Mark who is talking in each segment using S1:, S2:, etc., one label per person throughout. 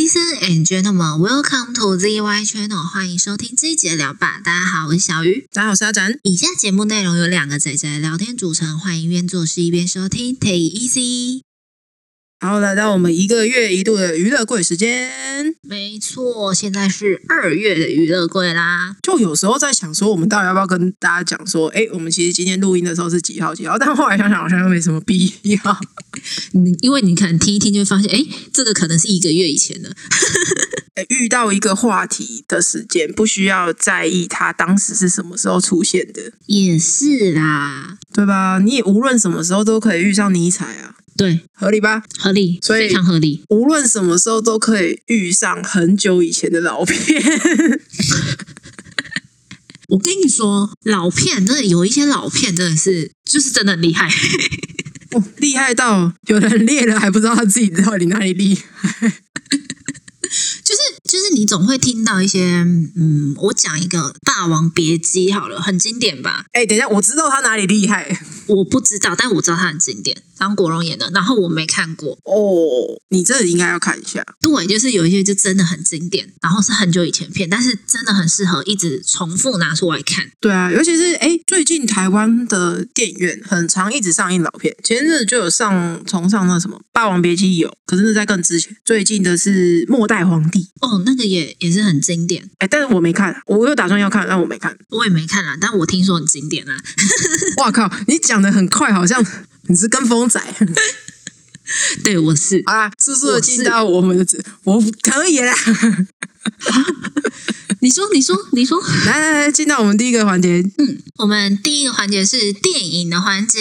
S1: and gentlemen, welcome to ZY Channel，欢迎收听这一节聊吧。大家好，我是小鱼。
S2: 大家好，我是阿展。
S1: 以下节目内容由两个仔仔聊天组成，欢迎一边做事一边收听，Take it easy。
S2: 好，来到我们一个月一度的娱乐柜时间，
S1: 没错，现在是二月的娱乐柜啦。
S2: 就有时候在想说，我们到底要不要跟大家讲说，哎，我们其实今天录音的时候是几号几号？但后来想想，好像又没什么必要。
S1: 你因为你可能听一听就会发现，哎，这个可能是一个月以前的。
S2: 诶遇到一个话题的时间，不需要在意它当时是什么时候出现的，
S1: 也是啦，
S2: 对吧？你也无论什么时候都可以遇上尼采啊，
S1: 对，
S2: 合理吧？
S1: 合理，
S2: 所以
S1: 非常合理。
S2: 无论什么时候都可以遇上很久以前的老片。
S1: 我跟你说，老片真的有一些老片真的是就是真的很厉害。
S2: 哦，厉害到有人裂了还不知道他自己到底哪里厉害。
S1: 就是就是你总会听到一些，嗯，我讲一个《霸王别姬》好了，很经典吧？
S2: 哎、等一下，我知道他哪里厉害
S1: 我不知道，但我知道它很经典，张国荣演的，然后我没看过。
S2: 哦，你这应该要看一下。
S1: 对，就是有一些就真的很经典，然后是很久以前片，但是真的很适合一直重复拿出来看。
S2: 对啊，尤其是哎、最近台湾的电影院很常一直上映老片，前阵子就有上重上那什么《霸王别姬》有，可是那在更之前，最近的是《末代皇帝》
S1: 哦，那个也也是很经典，
S2: 哎、但是我没看，我有打算要看，但我没看。
S1: 我也没看啦，但我听说很经典啊。
S2: 哇靠，你讲的很快，好像你是跟风仔。 啊
S1: 对，我是
S2: 好啦，速速的
S1: 我是
S2: 进到我们的主，我可以啦。
S1: 你说，你说，你说，
S2: 来来来，进到我们第一个环节，
S1: 我们第一个环节是电影的环节。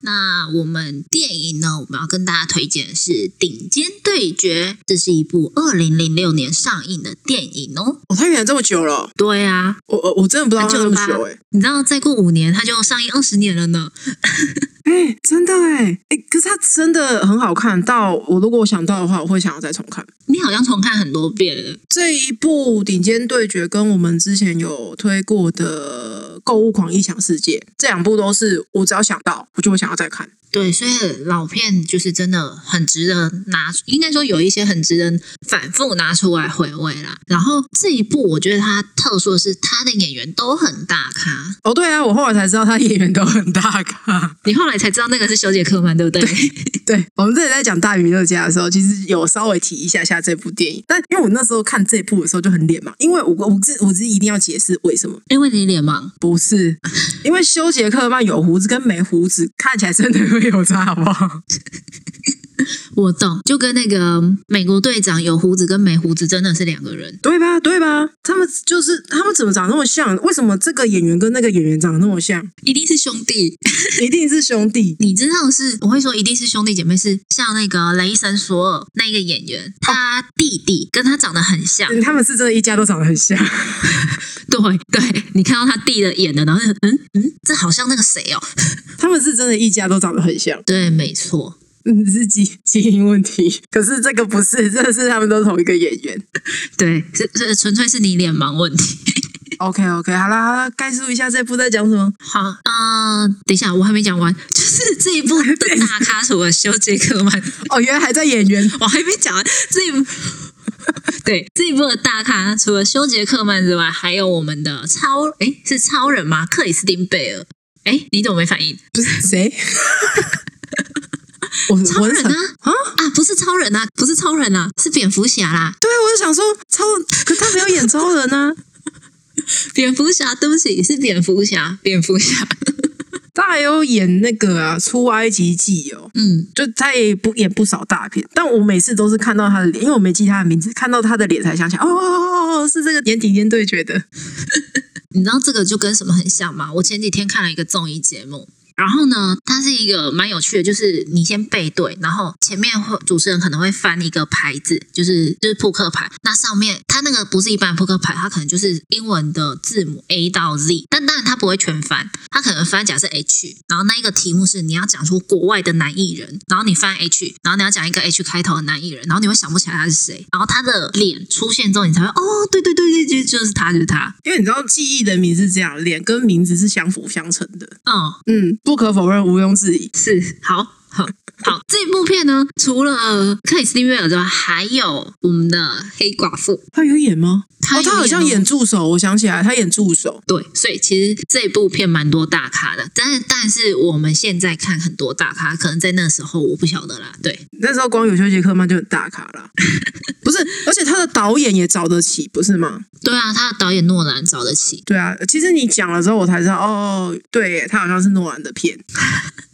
S1: 那我们电影呢，我们要跟大家推荐的是《顶尖对决》，这是一部二零零六年上映的电影哦。
S2: 哦，他原来这么久了哦，
S1: 对啊，
S2: 我我我真的不知道
S1: 很
S2: 他
S1: 久
S2: 这
S1: 了
S2: 么
S1: 吧
S2: 久哎、？
S1: 你知道，再过五年它就上映二十年了呢。
S2: 哎、真的哎、哎、可是它真的很好看，到我如果我想到的话，我会想要再重看
S1: 你好像重看很多遍了。
S2: 这一部《顶尖对决》，跟我们之前有推过的《购物狂异想世界》这两部都是我只要想到，我就会想要再看。
S1: 对，所以老片就是真的很值得拿，应该说有一些很值得反复拿出来回味啦。然后这一部，我觉得它特殊的是，它的演员都很大咖。
S2: 哦，对啊，我后来才知道他演员都很大咖。
S1: 你后来才知道那个是修杰克曼，对不对？
S2: 对我们之前在讲《大娱乐家》的时候，其实有稍微提一下下这部电影，但因为我那时候看这部的时候就很脸盲，因为我我是我是一定要解释为什么。
S1: 因为你脸盲，
S2: 不 是，因为修杰克曼有胡子跟没胡子看起来真的会有差，好不好？
S1: 我懂，就跟那个美国队长有胡子跟没胡子真的是两个人。
S2: 对吧？对吧？他们就是他们怎么长那么像？为什么这个演员跟那个演员长得那么像？
S1: 一定是兄弟，
S2: 一定是兄弟。
S1: 你知道是？我会说一定是兄弟姐妹，是像那个雷神索尔那个演员，他弟弟跟他长得很像。
S2: 嗯他们是真的一家都长得很 像，
S1: 对对，你看到他弟的演的，然后就嗯嗯，这好像那个谁哦。
S2: 他们是真的一家都长得很像，
S1: 对，没错。
S2: 嗯，是基基因问题。可是这个不是， 这个是他们都同一个演员。
S1: 对，这这纯粹是你脸盲问题。
S2: OK OK，好啦好啦，概述一下这部在讲什么。
S1: 好，嗯、等一下，我还没讲完。就是这一部的大 咖，除了修杰克曼，
S2: 哦，原来还在演员。
S1: 我还没讲完这一部。 对这一部的大咖，除了修杰克曼之外，还有我们的超诶，是超人吗？克里斯汀贝尔。诶，你怎么没反应？
S2: 不是 谁？我
S1: 超
S2: 我是
S1: 人啊
S2: 啊，
S1: 啊，不是超人啊，不是超人啊，是蝙蝠侠啦，
S2: 对，我就想说超，可他没有演超人 啊，
S1: 蝙蝠侠，对不起，是蝙蝠侠，蝙蝠侠。
S2: 他还有演那个啊《出埃及记》哦，
S1: 嗯，
S2: 就他也不演不少大片，但我每次都是看到他的脸，因为我没记他的名字，看到他的脸才想起来，哦哦哦哦，是这个演顶尖对决的。
S1: 你知道这个就跟什么很像吗？我前几天看了一个综艺节目。然后呢，它是一个蛮有趣的，就是你先背对，然后前面会主持人可能会翻一个牌子，就是就是扑克牌，那上面它那个不是一般扑克牌，它可能就是英文的字母 A 到 Z，但当然它不会全翻，它可能翻假设 H，然后那一个题目是你要讲出国外的男艺人，然后你翻 H，然后你要讲一个 H 开头的男艺人，然后你会想不起来他是谁，然后他的脸出现之后，你才会哦，对对对对，就就是他，就是他，
S2: 因为你知道记忆的名字是这样，脸跟名字是相辅相成的。
S1: 嗯。
S2: 嗯，不可否认，毋庸置疑。
S1: 是好好，好，这部片呢，除了克里斯汀贝尔之外，还有我们的黑寡妇，
S2: 他有演吗？
S1: 她
S2: 哦，他好像
S1: 哦
S2: 演助手，我想起来，他演助手。
S1: 对，所以其实这部片蛮多大咖的，但是但是我们现在看很多大咖，可能在那时候我不晓得啦。对，
S2: 那时候光有休杰克曼就很大咖 啦。不是，而且他的导演也找得起，不是吗？
S1: 对啊，他的导演诺兰找得起，
S2: 对啊，其实你讲了之后，我才知道哦，对耶，他好像是诺兰的片，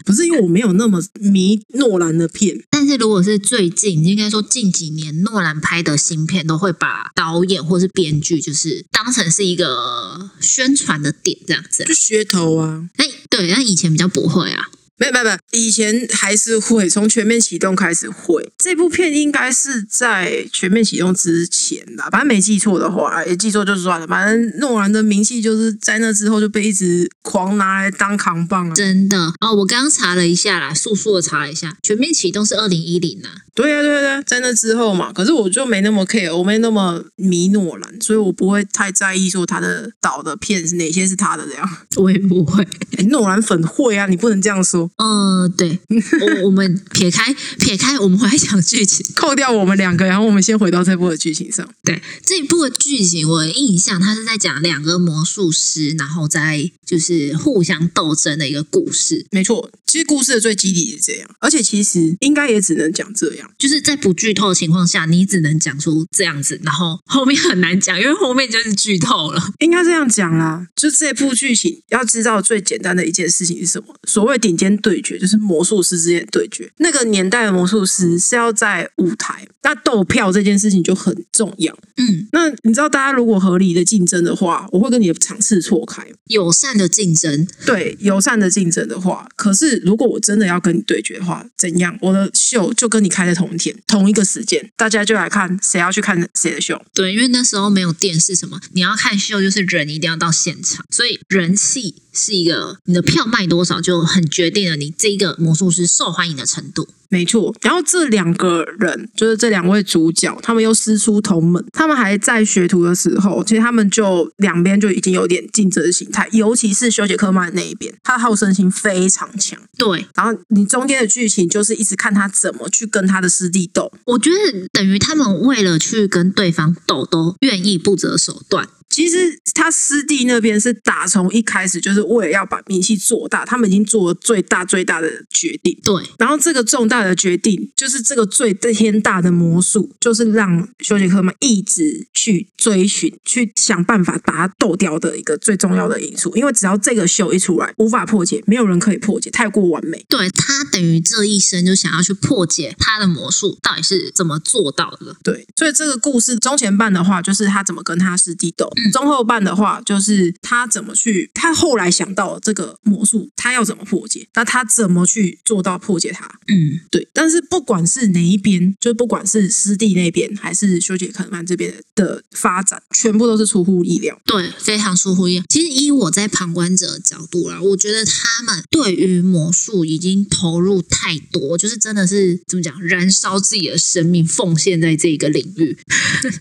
S2: 不是因为我没有那么迷诺兰的片，
S1: 但是如果是最近，应该说近几年诺兰拍的新片都会把导演或是编剧就是当成是一个宣传的点这样子啊。
S2: 就噱头啊。
S1: 那对，那以前比较不会啊。
S2: 没没没，以前还是会从全面启动开始会。这部片应该是在全面启动之前啦，反正没记错的话，哎也记错就算了。反正诺兰的名气就是在那之后就被一直狂拿来当扛棒啊。
S1: 真的哦，我刚刚查了一下啦，速速的查了一下，《全面启动》是二零一零啊，
S2: 对啊，对啊，对啊，在那之后嘛，可是我就没那么 care，我没那么迷诺兰，所以我不会太在意说他的导的片是哪些是他的这样。
S1: 我也不会。
S2: 诶诺兰粉会啊，你不能这样说，
S1: 嗯，对，我我们撇开撇开，我们回来讲剧情。
S2: 扣掉我们两个，然后我们先回到这部的剧情上。
S1: 对这一部的剧情，我的印象它是在讲两个魔术师，然后在就是互相斗争的一个故事，
S2: 没错，其实故事的最基底是这样，而且其实应该也只能讲这样。
S1: 就是在不剧透的情况下，你只能讲出这样子，然后后面很难讲，因为后面就是剧透了。
S2: 应该这样讲啦，就这部剧情要知道最简单的一件事情是什么？所谓顶尖对决，就是魔术师之间的对决。那个年代的魔术师是要在舞台，那斗票这件事情就很重要。
S1: 嗯，
S2: 那你知道，大家如果合理的竞争的话，我会跟你的场次错开。
S1: 友善的竞争，
S2: 对，友善的竞争的话，可是如果我真的要跟你对决的话，怎样？我的秀就跟你开在同一天、同一个时间，大家就来看谁要去看谁的秀。
S1: 对，因为那时候没有电视什么，你要看秀就是人一定要到现场，所以人气是一个你的票卖多少就很决定了你这一个魔术师受欢迎的程度。
S2: 没错，然后这两个人就是这两位主角，他们又师出同门，他们还在学徒的时候，其实他们就两边就已经有点竞争的心态，尤其是修杰克曼那一边，他的好胜心非常强。
S1: 对，
S2: 然后你中间的剧情就是一直看他怎么去跟他的师弟斗，
S1: 我觉得等于他们为了去跟对方斗，都愿意不择手段。
S2: 其实他师弟那边是打从一开始就是为了要把名气做大，他们已经做了最大最大的决定。
S1: 对，
S2: 然后这个重大的决定，就是这个最天大的魔术，就是让休杰克曼一直去追寻、去想办法把它斗掉的一个最重要的因素。因为只要这个秀一出来，无法破解，没有人可以破解，太过完美。
S1: 对他等于这一生就想要去破解他的魔术到底是怎么做到的。
S2: 对，所以这个故事中前半的话，就是他怎么跟他师弟斗；
S1: 嗯
S2: 中后半的话，就是他怎么去，他后来想到了这个魔术，他要怎么破解，那他怎么去做到破解它？
S1: 嗯，
S2: 对，但是不管是哪一边，就不管是师弟那边，还是修杰克曼这边的发展，全部都是出乎意料。
S1: 对，非常出乎意料。其实以我在旁观者的角度啦，我觉得他们对于魔术已经投入太多，就是真的是怎么讲，燃烧自己的生命，奉献在这个领域。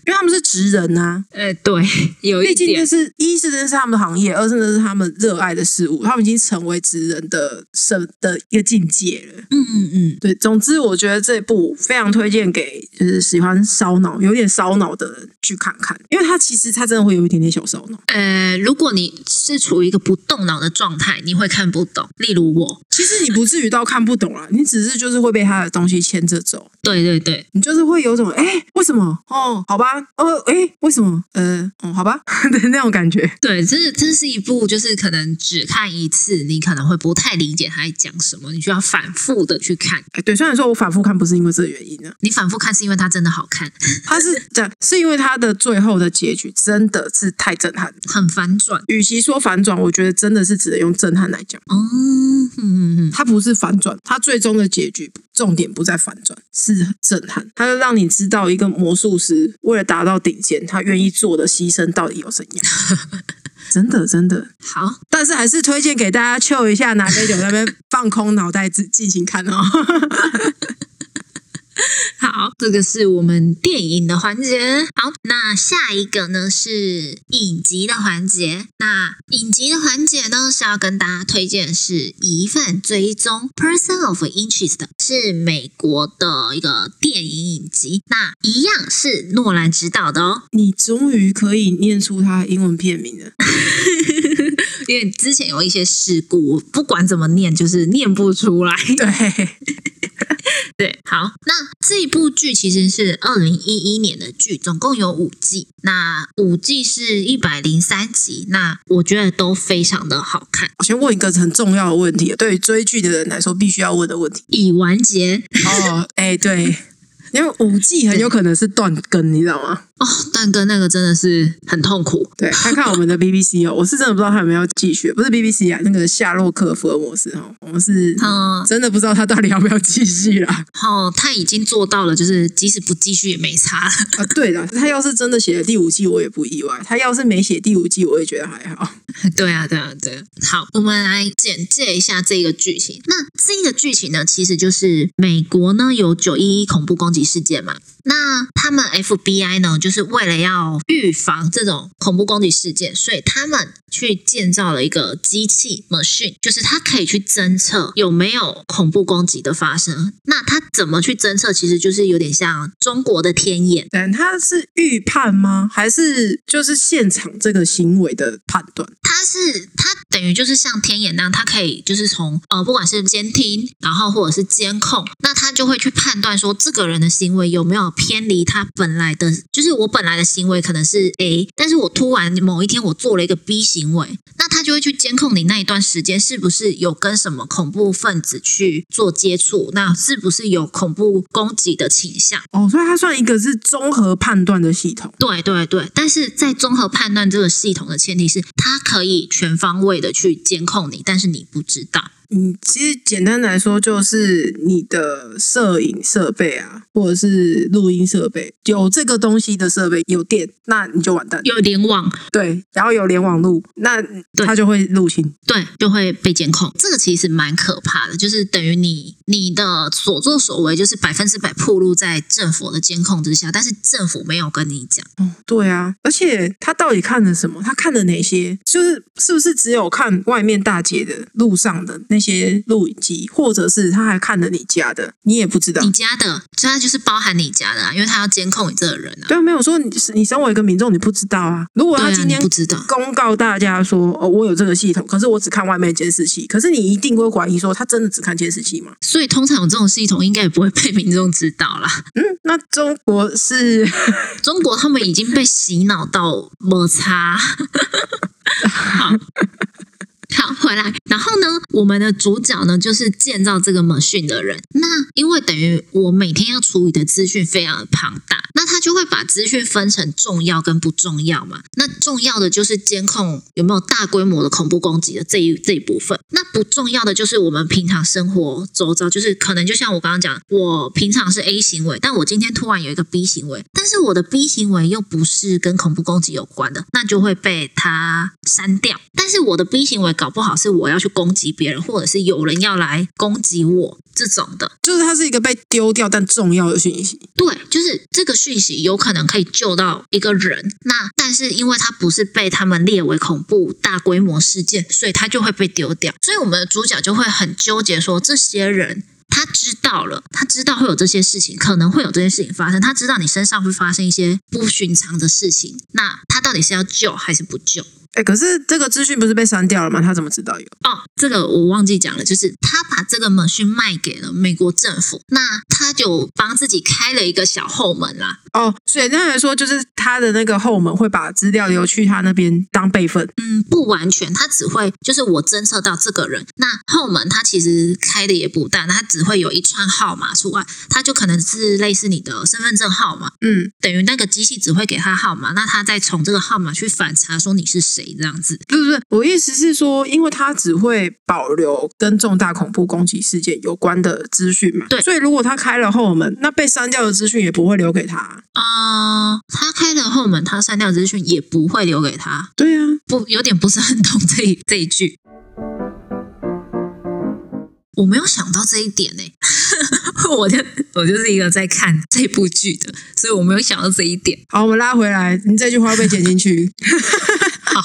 S2: 因为他们是职人呐、
S1: 呃，对，有
S2: 毕
S1: 一
S2: 竟这
S1: 点，
S2: 是一是这是他们的行业，二是这是他们热爱的事物，他们已经成为职人的生的一个境界了。
S1: 嗯嗯嗯，
S2: 对，总之我觉得这部非常推荐给就是喜欢烧脑、有点烧脑的人去看看，因为它其实它真的会有一点点小烧脑。
S1: 呃，如果你是处于一个不动脑的状态，你会看不懂。例如我，
S2: 其实你不至于到看不懂啦，你只是就是会被它的东西牵着走，
S1: 对对对，
S2: 你就是会有种哎、诶为什么哦好吧哦哎、诶为什么呃哦好吧 的那种感觉。
S1: 对，这这是一部就是可能只看一次，你可能会不太理解他在讲什么，你需要反复的去看。
S2: 哎，对，虽然说我反复看不是因为这个原因呢、啊，
S1: 你反复看是因为它真的好看，
S2: 它是对，是因为它的最后的结局真的是太震撼了。
S1: 很反转。
S2: 与其说反转，我觉得真的是只能用震撼来讲。
S1: 哦，嗯嗯嗯，
S2: 它不是反转，它最终的结局重点不在反转，是震撼。它就让你知道一个魔术师为了达到顶尖，他愿意做的牺牲到底有怎样。真的，真的，
S1: 好，
S2: 但是还是推荐给大家 chill 一下，拿杯酒在那边放空脑袋自进行看哦。
S1: 好，这个是我们电影的环节。好，那下一个呢是影集的环节。那影集的环节呢是要跟大家推荐的是《疑犯追踪》（Person of Interest），是美国的一个电影影集。那一样是诺兰执导的哦，
S2: 你终于可以念出他英文片名了。
S1: 因为之前有一些事故，我不管怎么念就是念不出来。
S2: 对，
S1: 对，好，那这一部剧其实是二零一一年的剧，总共有五季，那五季是一百零三集，那我觉得都非常的好看。
S2: 我先问一个很重要的问题，对于追剧的人来说必须要问的问题。
S1: 已完结
S2: 哦， 哎，对，因为五 G 很有可能是断更，你知道吗？
S1: 哦，蛋哥那个真的是很痛苦，
S2: 对，看看我们的 BBC 哦，我是真的不知道他有没有继续，不是 BBC 啊，那个夏洛克福尔摩斯哦，我们是
S1: 嗯
S2: 真的不知道他到底要不要继续啦。
S1: 哦，他已经做到了，就是即使不继续也没差。
S2: 啊，对了，他要是真的写了第五季，我也不意外；他要是没写第五季，我也觉得还好。
S1: 对啊，对啊，对啊。好，我们来简介一下这个剧情。那这个剧情呢，其实就是美国呢有九一一恐怖攻击事件嘛。那他们 FBI 呢，就是为了要预防这种恐怖攻击事件，所以他们去建造了一个机器 machine，就是它可以去侦测有没有恐怖攻击的发生。那它怎么去侦测？其实就是有点像中国的天眼。
S2: 但他是预判吗？还是就是现场这个行为的判断？
S1: 它是它等于就是像天眼那样，它可以就是从呃不管是监听，然后或者是监控，那它就会去判断说这个人的行为有没有偏离他本来的，就是我本来的行为可能是 A，但是我突然某一天我做了一个 B 行为，那它就会去监控你那一段时间是不是有跟什么恐怖分子去做接触，那是不是有恐怖攻击的倾向。
S2: 哦，所以它算一个是综合判断的系统。
S1: 对对对，但是在综合判断这个系统的前提是，它可以全方位的去监控你，但是你不知道。
S2: 嗯，其实简单来说，就是你的摄影设备啊，或者是录音设备，有这个东西的设备有电，那你就完蛋。
S1: 有联网，
S2: 对，然后有联网录，那它就会入侵。
S1: 对，就会被监控。这个其实蛮可怕的，就是等于你你的所作所为就是百分之百暴露在政府的监控之下，但是政府没有跟你讲。
S2: 哦，对啊，而且他到底看了什么？他看了哪些？就是是不是只有看外面大街的路上的那些录影机，或者是他还看了你家的，你也不知道
S1: 你。家的，所以它就是包含你家的、啊，因为它要监控你这个人啊。
S2: 对啊，没有说你你身为一个民众，你不知道啊。如果他
S1: 对啊
S2: 今天
S1: 你不知道
S2: 公告大家说，哦，我有这个系统，可是我只看外面监视器，可是你一定会怀疑说，他真的只看监视器吗？
S1: 所以通常有这种系统，应该也不会被民众知道啦。
S2: 嗯，那中国是
S1: 中国他们已经被洗脑到摩擦。 好。好，回来。然后呢，我们的主角呢，就是建造这个 machine 的人。那因为等于我每天要处理的资讯非常的庞大，那他就会把资讯分成重要跟不重要嘛。那重要的就是监控有没有大规模的恐怖攻击的这一这一部分。那不重要的就是我们平常生活周遭，就是可能就像我刚刚讲，我平常是 A 行为，但我今天突然有一个 B 行为，但是我的 B 行为又不是跟恐怖攻击有关的，那就会被他删掉。但是我的 B 行为搞不好是我要去攻击别人，或者是有人要来攻击我这种的。
S2: 就是它是一个被丢掉但重要的讯息。
S1: 对，就是这个讯息有可能可以救到一个人，那但是因为它不是被他们列为恐怖大规模事件，所以它就会被丢掉。所以我们的主角就会很纠结说，这些人他知道了，他知道会有这些事情，可能会有这些事情发生，他知道你身上会发生一些不寻常的事情，那他到底是要救还是不救？
S2: 哎，可是这个资讯不是被删掉了吗？他怎么知道有？
S1: 哦，这个我忘记讲了，就是他把这个 machine 卖给了美国政府，那他就帮自己开了一个小后门啦。
S2: 哦，所以那来说，就是他的那个后门会把资料留去他那边当备份。
S1: 嗯，不完全，它只会就是我侦测到这个人，那后门它其实开的也不大，它只会有一串号码出来，它就可能是类似你的身份证号码，
S2: 嗯，
S1: 等于那个机器只会给他号码，那他再从这个号码去反查说你是谁这样子。
S2: 不是不是，我意思是说，因为他只会保留跟重大恐怖攻击事件有关的资讯嘛。
S1: 对
S2: 所以如果他开了后门，那被删掉的资讯也不会留给他。
S1: 啊、他开了后门，他删掉资讯也不会留给他，
S2: 对啊，
S1: 不有点不是很懂这一这一句。我没有想到这一点呢、欸 我就我就是一个在看这部剧的，所以我没有想到这一点。
S2: 好，我们拉回来，你这句话要被剪进去。
S1: 好，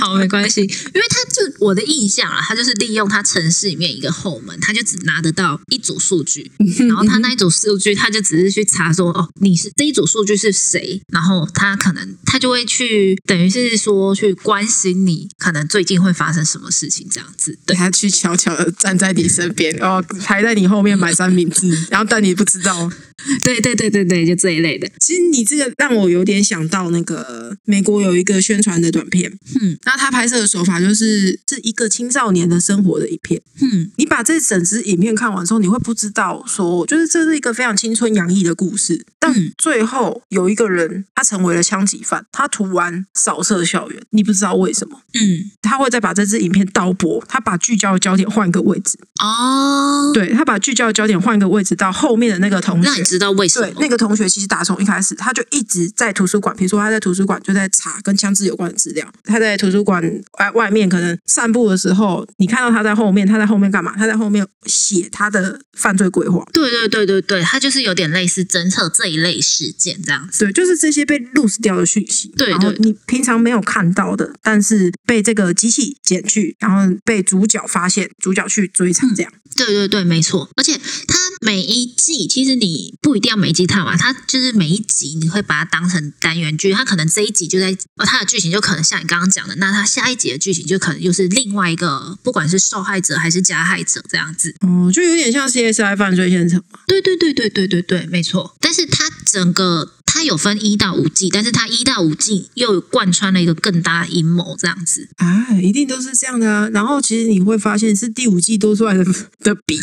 S1: 好，没关系，因为他就我的印象啊，他就是利用他城市里面一个后门，他就只拿得到一组数 据，然后他那一组数据，他就只是去查说，哦，你是这一组数据是谁，然后他可能他就会去，等于是说去关心你，可能最近会发生什么事情这样子。 对，
S2: 他去悄悄的站在你身边，然后排在你后面买三明治，然后但你不知道。
S1: 对，对，对，对，对，就这一类的。
S2: 其实你这个让我有点想到那个美国有一个宣传的短片，
S1: 嗯，
S2: 那他拍摄的手法就是是一个青少年的生活的一片。
S1: 嗯
S2: 你把这整支影片看完之后，你会不知道说，就是这是一个非常青春洋溢的故事，但
S1: 嗯
S2: 最后有一个人他成为了枪击犯，他突然扫射校园，你不知道为什么。
S1: 嗯，
S2: 他会再把这支影片刀播，他把聚焦的焦点换个位置，
S1: 嗯哦，
S2: 对他把聚焦的焦点换个位置到后面的那个同
S1: 让你
S2: 学。
S1: 知道为什
S2: 对，
S1: 么
S2: 那。个同学其实打从一开始，他就一直在图书馆，比如说他在图书馆就在查跟枪支有关的资料。他在图书馆外外面可能散步的时候，你看到他在后面，他在后面干嘛？他在后面写他的犯罪规划。
S1: 对对对对对，它就是有点类似侦测这一类事件这样子。
S2: 对，就是这些被 lose 掉的讯息，
S1: 对
S2: 然后
S1: 对
S2: 你平常没有看到的，但是被这个机器剪去，然后被主角发现，主角去追
S1: 嗯
S2: 查这样。
S1: 对对对，没错。而且它每一季，其实你不一定要每一季看完，它就是每一集你会把它当成单元剧。它可能这一集就在哦，它的剧情就可能像你刚刚讲的，那它下一集的剧情就可能又是另外一个，不管是受害者还是加害者这样子。
S2: 哦，就有点像 CSI 犯罪现场嘛。
S1: 对对对对对对对，没错。但是它整个它有分一到五季，但是它一到五季又贯穿了一个更大的阴谋这样子。
S2: 啊，一定都是这样的啊。然后其实你会发现是第五季多出来的的笔，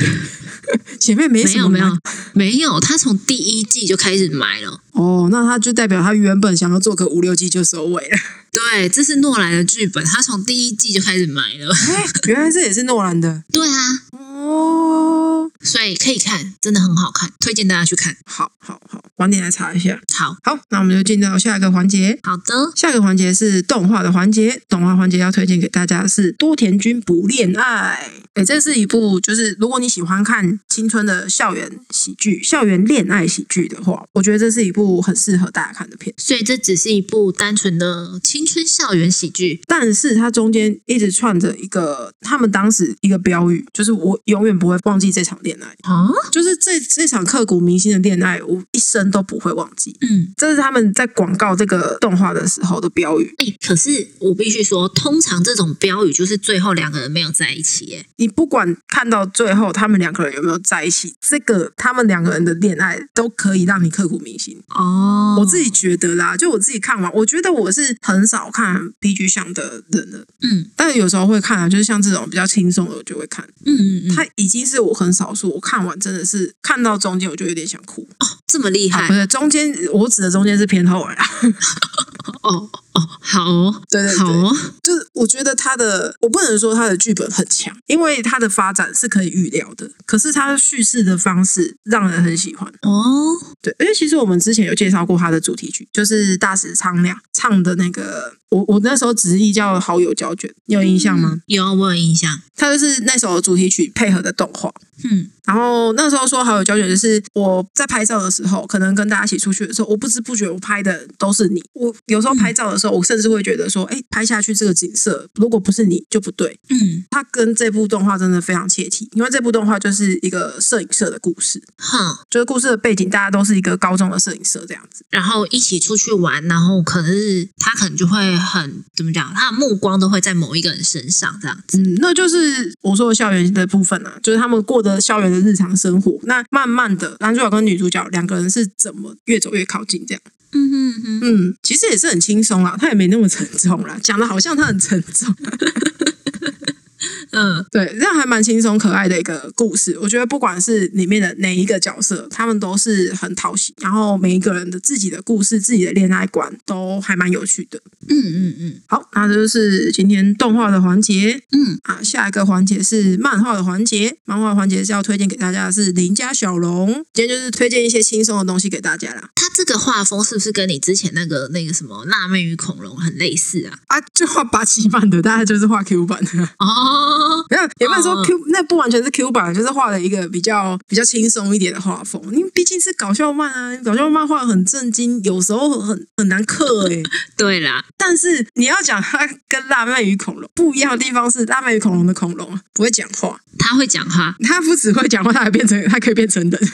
S2: 前面没
S1: 没
S2: 什
S1: 有
S2: 么
S1: 没
S2: 嘛
S1: 有没有，他从第一季就开始买了。
S2: 哦，那他就代表他原本想要做个五六季就收尾了。
S1: 对，这是诺兰的剧本，他从第一季就开始买了。
S2: 哎原来这也是诺兰的
S1: 对啊，
S2: 哦。
S1: 所以可以看，真的很好看，推荐大家去看。
S2: 好好好，晚点来查一下。
S1: 好
S2: 好，那我们就进到下一个环节。
S1: 好的，
S2: 下一个环节是动画的环节，动画环节要推荐给大家是《多田君不恋爱》。哎，这是一部就是如果你喜欢看青春的校园喜剧、校园恋爱喜剧的话，我觉得这是一部很适合大家看的片。
S1: 所以这只是一部单纯的青春校园喜剧。
S2: 但是它中间一直串着一个他们当时一个标语，就是我永远不会忘记这场恋爱，
S1: 啊，
S2: 就是这这场刻骨铭心的恋爱，我一生都不会忘记。
S1: 嗯，
S2: 这是他们在广告这个动画的时候的标语。
S1: 哎、可是我必须说，通常这种标语就是最后两个人没有在一起，哎，
S2: 你不管看到最后他们两个人有没有在一起，这个他们两个人的恋爱都可以让你刻骨铭心。
S1: 哦
S2: 我自己，觉得啦，就我自己看完，我觉得我是很少看 B G 向的人了，
S1: 嗯
S2: 但有时候会看啊，就是像这种比较轻松的，我就会看。
S1: 嗯嗯嗯，
S2: 它已经是我很少数，我看完真的是看到中间我就有点想哭。
S1: 这么厉
S2: 啊，不
S1: 害，
S2: 是中间，我指的中间是偏后了啦。
S1: 哦哦，好哦，
S2: 对对对
S1: 好哦，
S2: 就是我觉得他的，我不能说他的剧本很强，因为他的发展是可以预料的。可是他叙事的方式让人很喜欢。
S1: 哦，
S2: 对，因为其实我们之前有介绍过他的主题曲，就是大石苍亮唱的那个，我我那时候直译叫《好友胶卷》，你有印象吗？
S1: 嗯？有，我有印象。
S2: 他就是那首主题曲配合的动画。
S1: 嗯
S2: 然后那时候说好友胶卷，就是我在拍照的时候，可能跟大家一起出去的时候，我不知不觉我拍的都是你。我有时候拍照的时候，我甚至会觉得说，哎，拍下去这个景色，如果不是你就不对。
S1: 嗯，
S2: 它跟这部动画真的非常切题，因为这部动画就是一个摄影社的故事，
S1: 哼，
S2: 就是故事的背景大家都是一个高中的摄影社这样子。
S1: 然后一起出去玩，然后可能是他可能就会很怎么讲，他的目光都会在某一个人身上这样子。
S2: 嗯，那就是我说的校园的部分啊，就是他们过的校园的日常生活。那慢慢的，男主角跟女主角两个人是怎么越走越靠近这样。
S1: 嗯哼哼，
S2: 嗯，其实也是很轻松啦，他也没那么沉重啦，讲的好像他很沉重，
S1: 嗯，
S2: 对，这样还蛮轻松可爱的一个故事。我觉得不管是里面的哪一个角色，他们都是很讨喜，然后每一个人的自己的故事、自己的恋爱观都还蛮有趣的。
S1: 嗯嗯嗯
S2: 好，那这就是今天动画的环节
S1: 嗯，
S2: 啊，下一个环节是漫画的环节，漫画的环节是要推荐给大家的是《邻家小龙》，今天就是推荐一些轻松的东西给大家啦。
S1: 他这个画风是不是跟你之前那个那个什么《辣妹与恐龙》很类似啊？
S2: 啊，就画八七版的，大家就是画 Q 版的。
S1: 哦，哦，
S2: 没有， 也不能说
S1: 嗯
S2: Q，、那不完全是 Q 版，就是画了一个比较比较轻松一点的画风。因为毕竟是搞笑漫啊，搞笑漫画很震惊，有时候很很难克诶、
S1: 对啦，
S2: 但是你要讲它跟辣妹与恐龙不一样的地方是，辣妹与恐龙的恐龙啊不会讲话，
S1: 他会讲话
S2: 它不只会讲话，它还变成它可以变成人。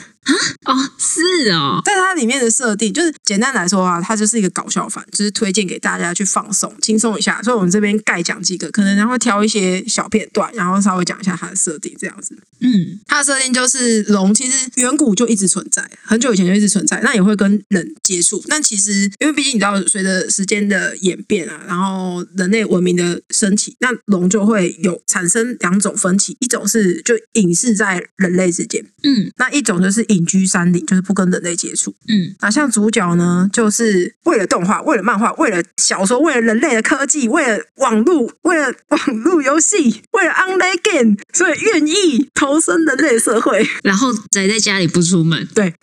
S1: 哦，是哦，
S2: 但它里面的设定就是简单来说啊，它就是一个搞笑番，就是推荐给大家去放松、轻松一下。所以我们这边概讲几个，可能然后挑一些小片段，然后稍微讲一下它的设定这样子。
S1: 嗯，
S2: 它的设定就是龙，其实远古就一直存在，很久以前就一直存在，那也会跟人接触。但其实因为毕竟你知道，随着时间的演变啊，然后人类文明的升起，那龙就会有产生两种分歧，一种是就隐世在人类之间，
S1: 嗯
S2: 那一种就是隐居山林，就是不跟人类接触。
S1: 嗯，
S2: 那啊像主角呢，就是为了动画、为了漫画、为了小说、为了人类的科技、为了网络、为了网络游戏、为了 online game，所以愿意投身人类社会。
S1: 然后宅在家里不出 门。
S2: 对，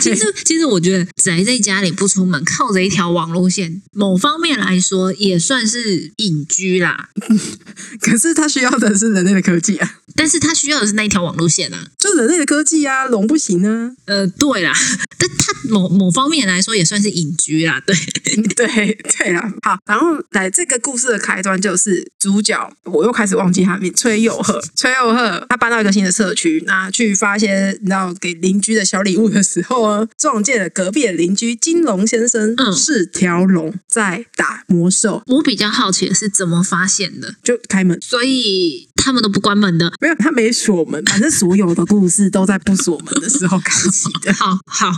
S1: 其
S2: 对，
S1: 实，其实我觉得宅在家里不出门，靠着一条网路线，某方面来说也算是隐居啦。
S2: 可是他需要的是人类的科技啊，
S1: 但是他需要的是那一条网路线啊。
S2: 就是人类的科技啊，龙不行啊。
S1: 呃，对啦，但他某某方面来说也算是隐居啦。对，
S2: 对对啦，好，然后来这个故事的开端就是主角，我又开始忘记他的名，崔佑赫，崔佑赫他搬到一个新的社区，那去发一些你知道给邻居的小礼物的时候呢，撞见了隔壁的邻居金龙先生
S1: 嗯
S2: 是条龙在打魔兽，
S1: 我比较好奇的是怎么发现的，
S2: 就开门。
S1: 所以他们都不关门的。
S2: 没有，他没锁门。反正所有的故事都在不锁门的时候开启的。
S1: 好好，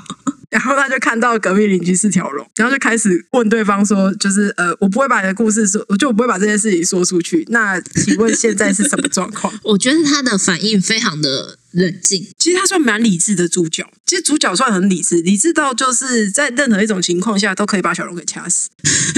S2: 然后他就看到隔壁邻居是条龙，然后就开始问对方说，就是呃，我不会把你的故事说，我就不会把这件事情说出去。那请问现在是什么状况？
S1: 我觉得他的反应非常的冷静。
S2: 其实他算蛮理智的主角，其实主角算很理智，理智到就是在任何一种情况下都可以把小龙给掐死。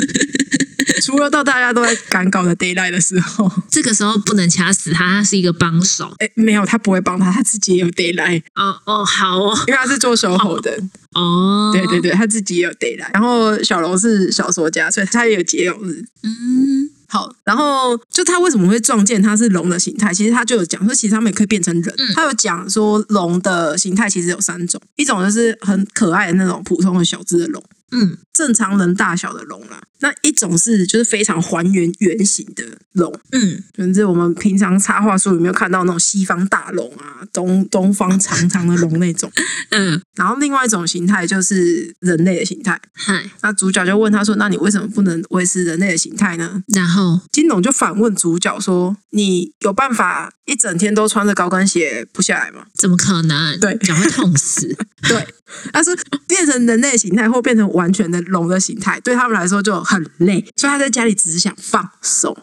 S2: 除了到大家都在赶稿的 d a y l i g h t 的时候，
S1: 这个时候不能掐死他，他是一个帮手。
S2: 哎，没有，他不会帮他，他自己也有 d a y l i g h t
S1: 哦哦，好哦
S2: 因为他是做守候的。
S1: 哦，
S2: 对对，对，他自己也有 d a y l i g h t 然后小龙是小说家，所以他也有节有日。
S1: 嗯
S2: 好，然后就他为什么会撞见它是龙的形态？其实他就有讲说，其实他们也可以变成人。
S1: 嗯
S2: 他有讲说，龙的形态其实有三种，一种就是很可爱的那种普通的小只的龙，
S1: 嗯
S2: 正常人大小的龙啦；那一种是就是非常还原原型的龙，
S1: 嗯，
S2: 就是我们平常插画书有没有看到那种西方大龙啊，东东方长长的龙那种。
S1: 嗯，
S2: 然后另外一种形态就是人类的形态。
S1: 嗨，
S2: 那主角就问他说：“那你为什么不能维持人类的形态呢？”
S1: 然后
S2: 金龙就反问主角说：“你有办法一整天都穿着高跟鞋不下来吗
S1: 怎么可能？
S2: 对
S1: 脚会痛死。？”
S2: 对，他说变成人类形态或变成完全的龙的形态，对他们来说就很累，所以他在家里只是想放手。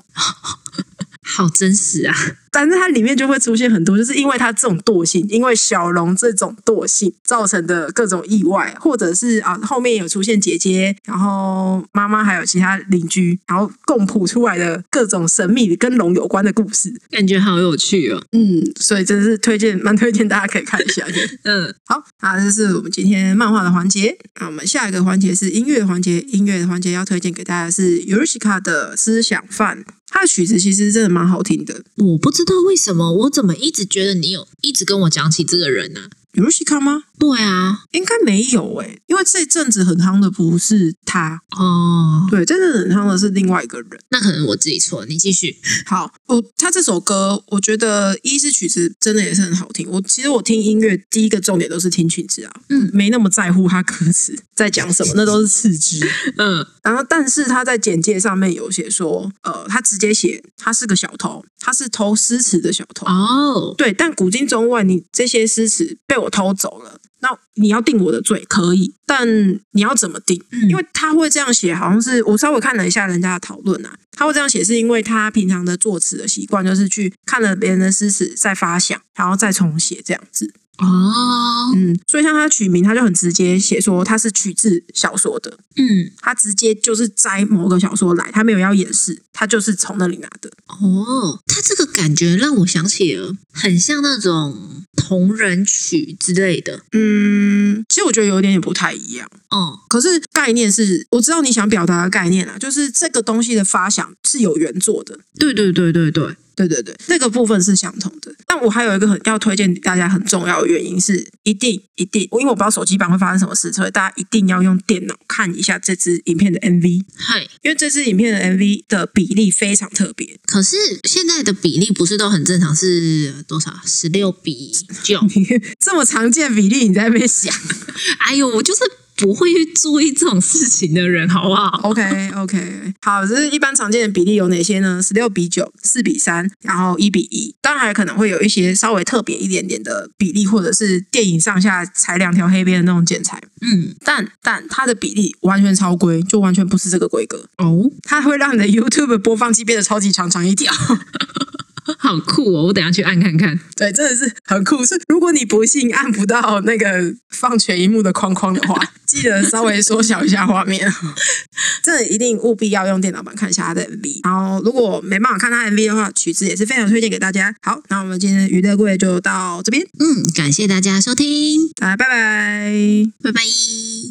S1: 好真实啊！
S2: 但是它里面就会出现很多，就是因为它这种惰性，因为小龙这种惰性造成的各种意外，或者是啊后面有出现姐姐，然后妈妈还有其他邻居，然后共谱出来的各种神秘跟龙有关的故事。
S1: 感觉好有趣哦。
S2: 嗯，所以真是推荐，蛮推荐大家可以看一下的。
S1: 嗯，
S2: 好，那这是我们今天漫画的环节。那我们下一个环节是音乐环节，音乐的环节要推荐给大家的是 Yurushika 的《思想饭》，它的曲子其实真的蛮好听的。
S1: 我不知道为什么，我怎么一直觉得你有一直跟我讲起这个人啊呢、
S2: Yurushika 吗？
S1: 对啊，
S2: 应该没有诶、因为这阵子很夯的不是他，
S1: 哦，
S2: 对，这阵子很夯的是另外一个人。
S1: 那可能我自己错，你继续。
S2: 好，我他这首歌，我觉得一是曲子真的也是很好听。我其实我听音乐第一个重点都是听曲子啊，
S1: 嗯
S2: 没那么在乎他歌词在讲什么，那都是次 之。
S1: 嗯
S2: 然后，但是他在简介上面有写说，呃，他直接写他是个小偷，他是偷诗词的小偷。
S1: 哦，
S2: 对，但古今中外，你这些诗词被我偷走了，那你要定我的罪可以，但你要怎么定？
S1: 嗯
S2: 因为他会这样写，好像是我稍微看了一下人家的讨论啊，他会这样写，是因为他平常的作词的习惯就是去看了别人的诗词再发想，然后再重写这样子。
S1: 哦，
S2: 嗯，所以像他取名，他就很直接写说他是取自小说的，
S1: 嗯，
S2: 他直接就是摘某个小说来，他没有要掩饰，他就是从那里拿的。
S1: 哦，他这个感觉让我想起了很像那种同人曲之类的，
S2: 嗯，其实我觉得有一点点不太一样。
S1: 哦，
S2: 可是概念是，我知道你想表达的概念啊，就是这个东西的发想是有原作的，
S1: 对对对对对，
S2: 对对对，这个部分是相同的。但我还有一个很要推荐大家很重要的原因是，一定一定，因为我不知道手机版会发生什么事，所以大家一定要用电脑看一下这支影片的 MV，
S1: 嗨。
S2: 因为这支影片的 MV 的比例非常特别。
S1: 可是现在的比例不是都很正常，是多少？十六比九。
S2: 这么常见比例，你在那边想
S1: 哎呦，我就是不会去注意这种事情的人，好不好？
S2: ？OK OK，好， 这是一般常见的比例有哪些呢？十六比九、四比三，然后一比一。当然还可能会有一些稍微特别一点点的比例，或者是电影上下裁两条黑边的那种剪裁。
S1: 嗯，
S2: 但但它的比例完全超规，就完全不是这个规格。
S1: 哦，
S2: 它会让你的 YouTube 播放器变得超级长长一条，
S1: 好酷哦！我等一下去按看看。
S2: 对，真的是很酷。是如果你不幸按不到那个放全荧幕的框框的话， 记得稍微缩小一下画面。哦真的一定务必要用电脑版看一下它的 MV。然后如果没办法看它的 MV 的话，曲子也是非常推荐给大家。好，那我们今天的娱乐柜就到这边，
S1: 嗯，感谢大家收听，
S2: 大家拜拜。
S1: 拜拜。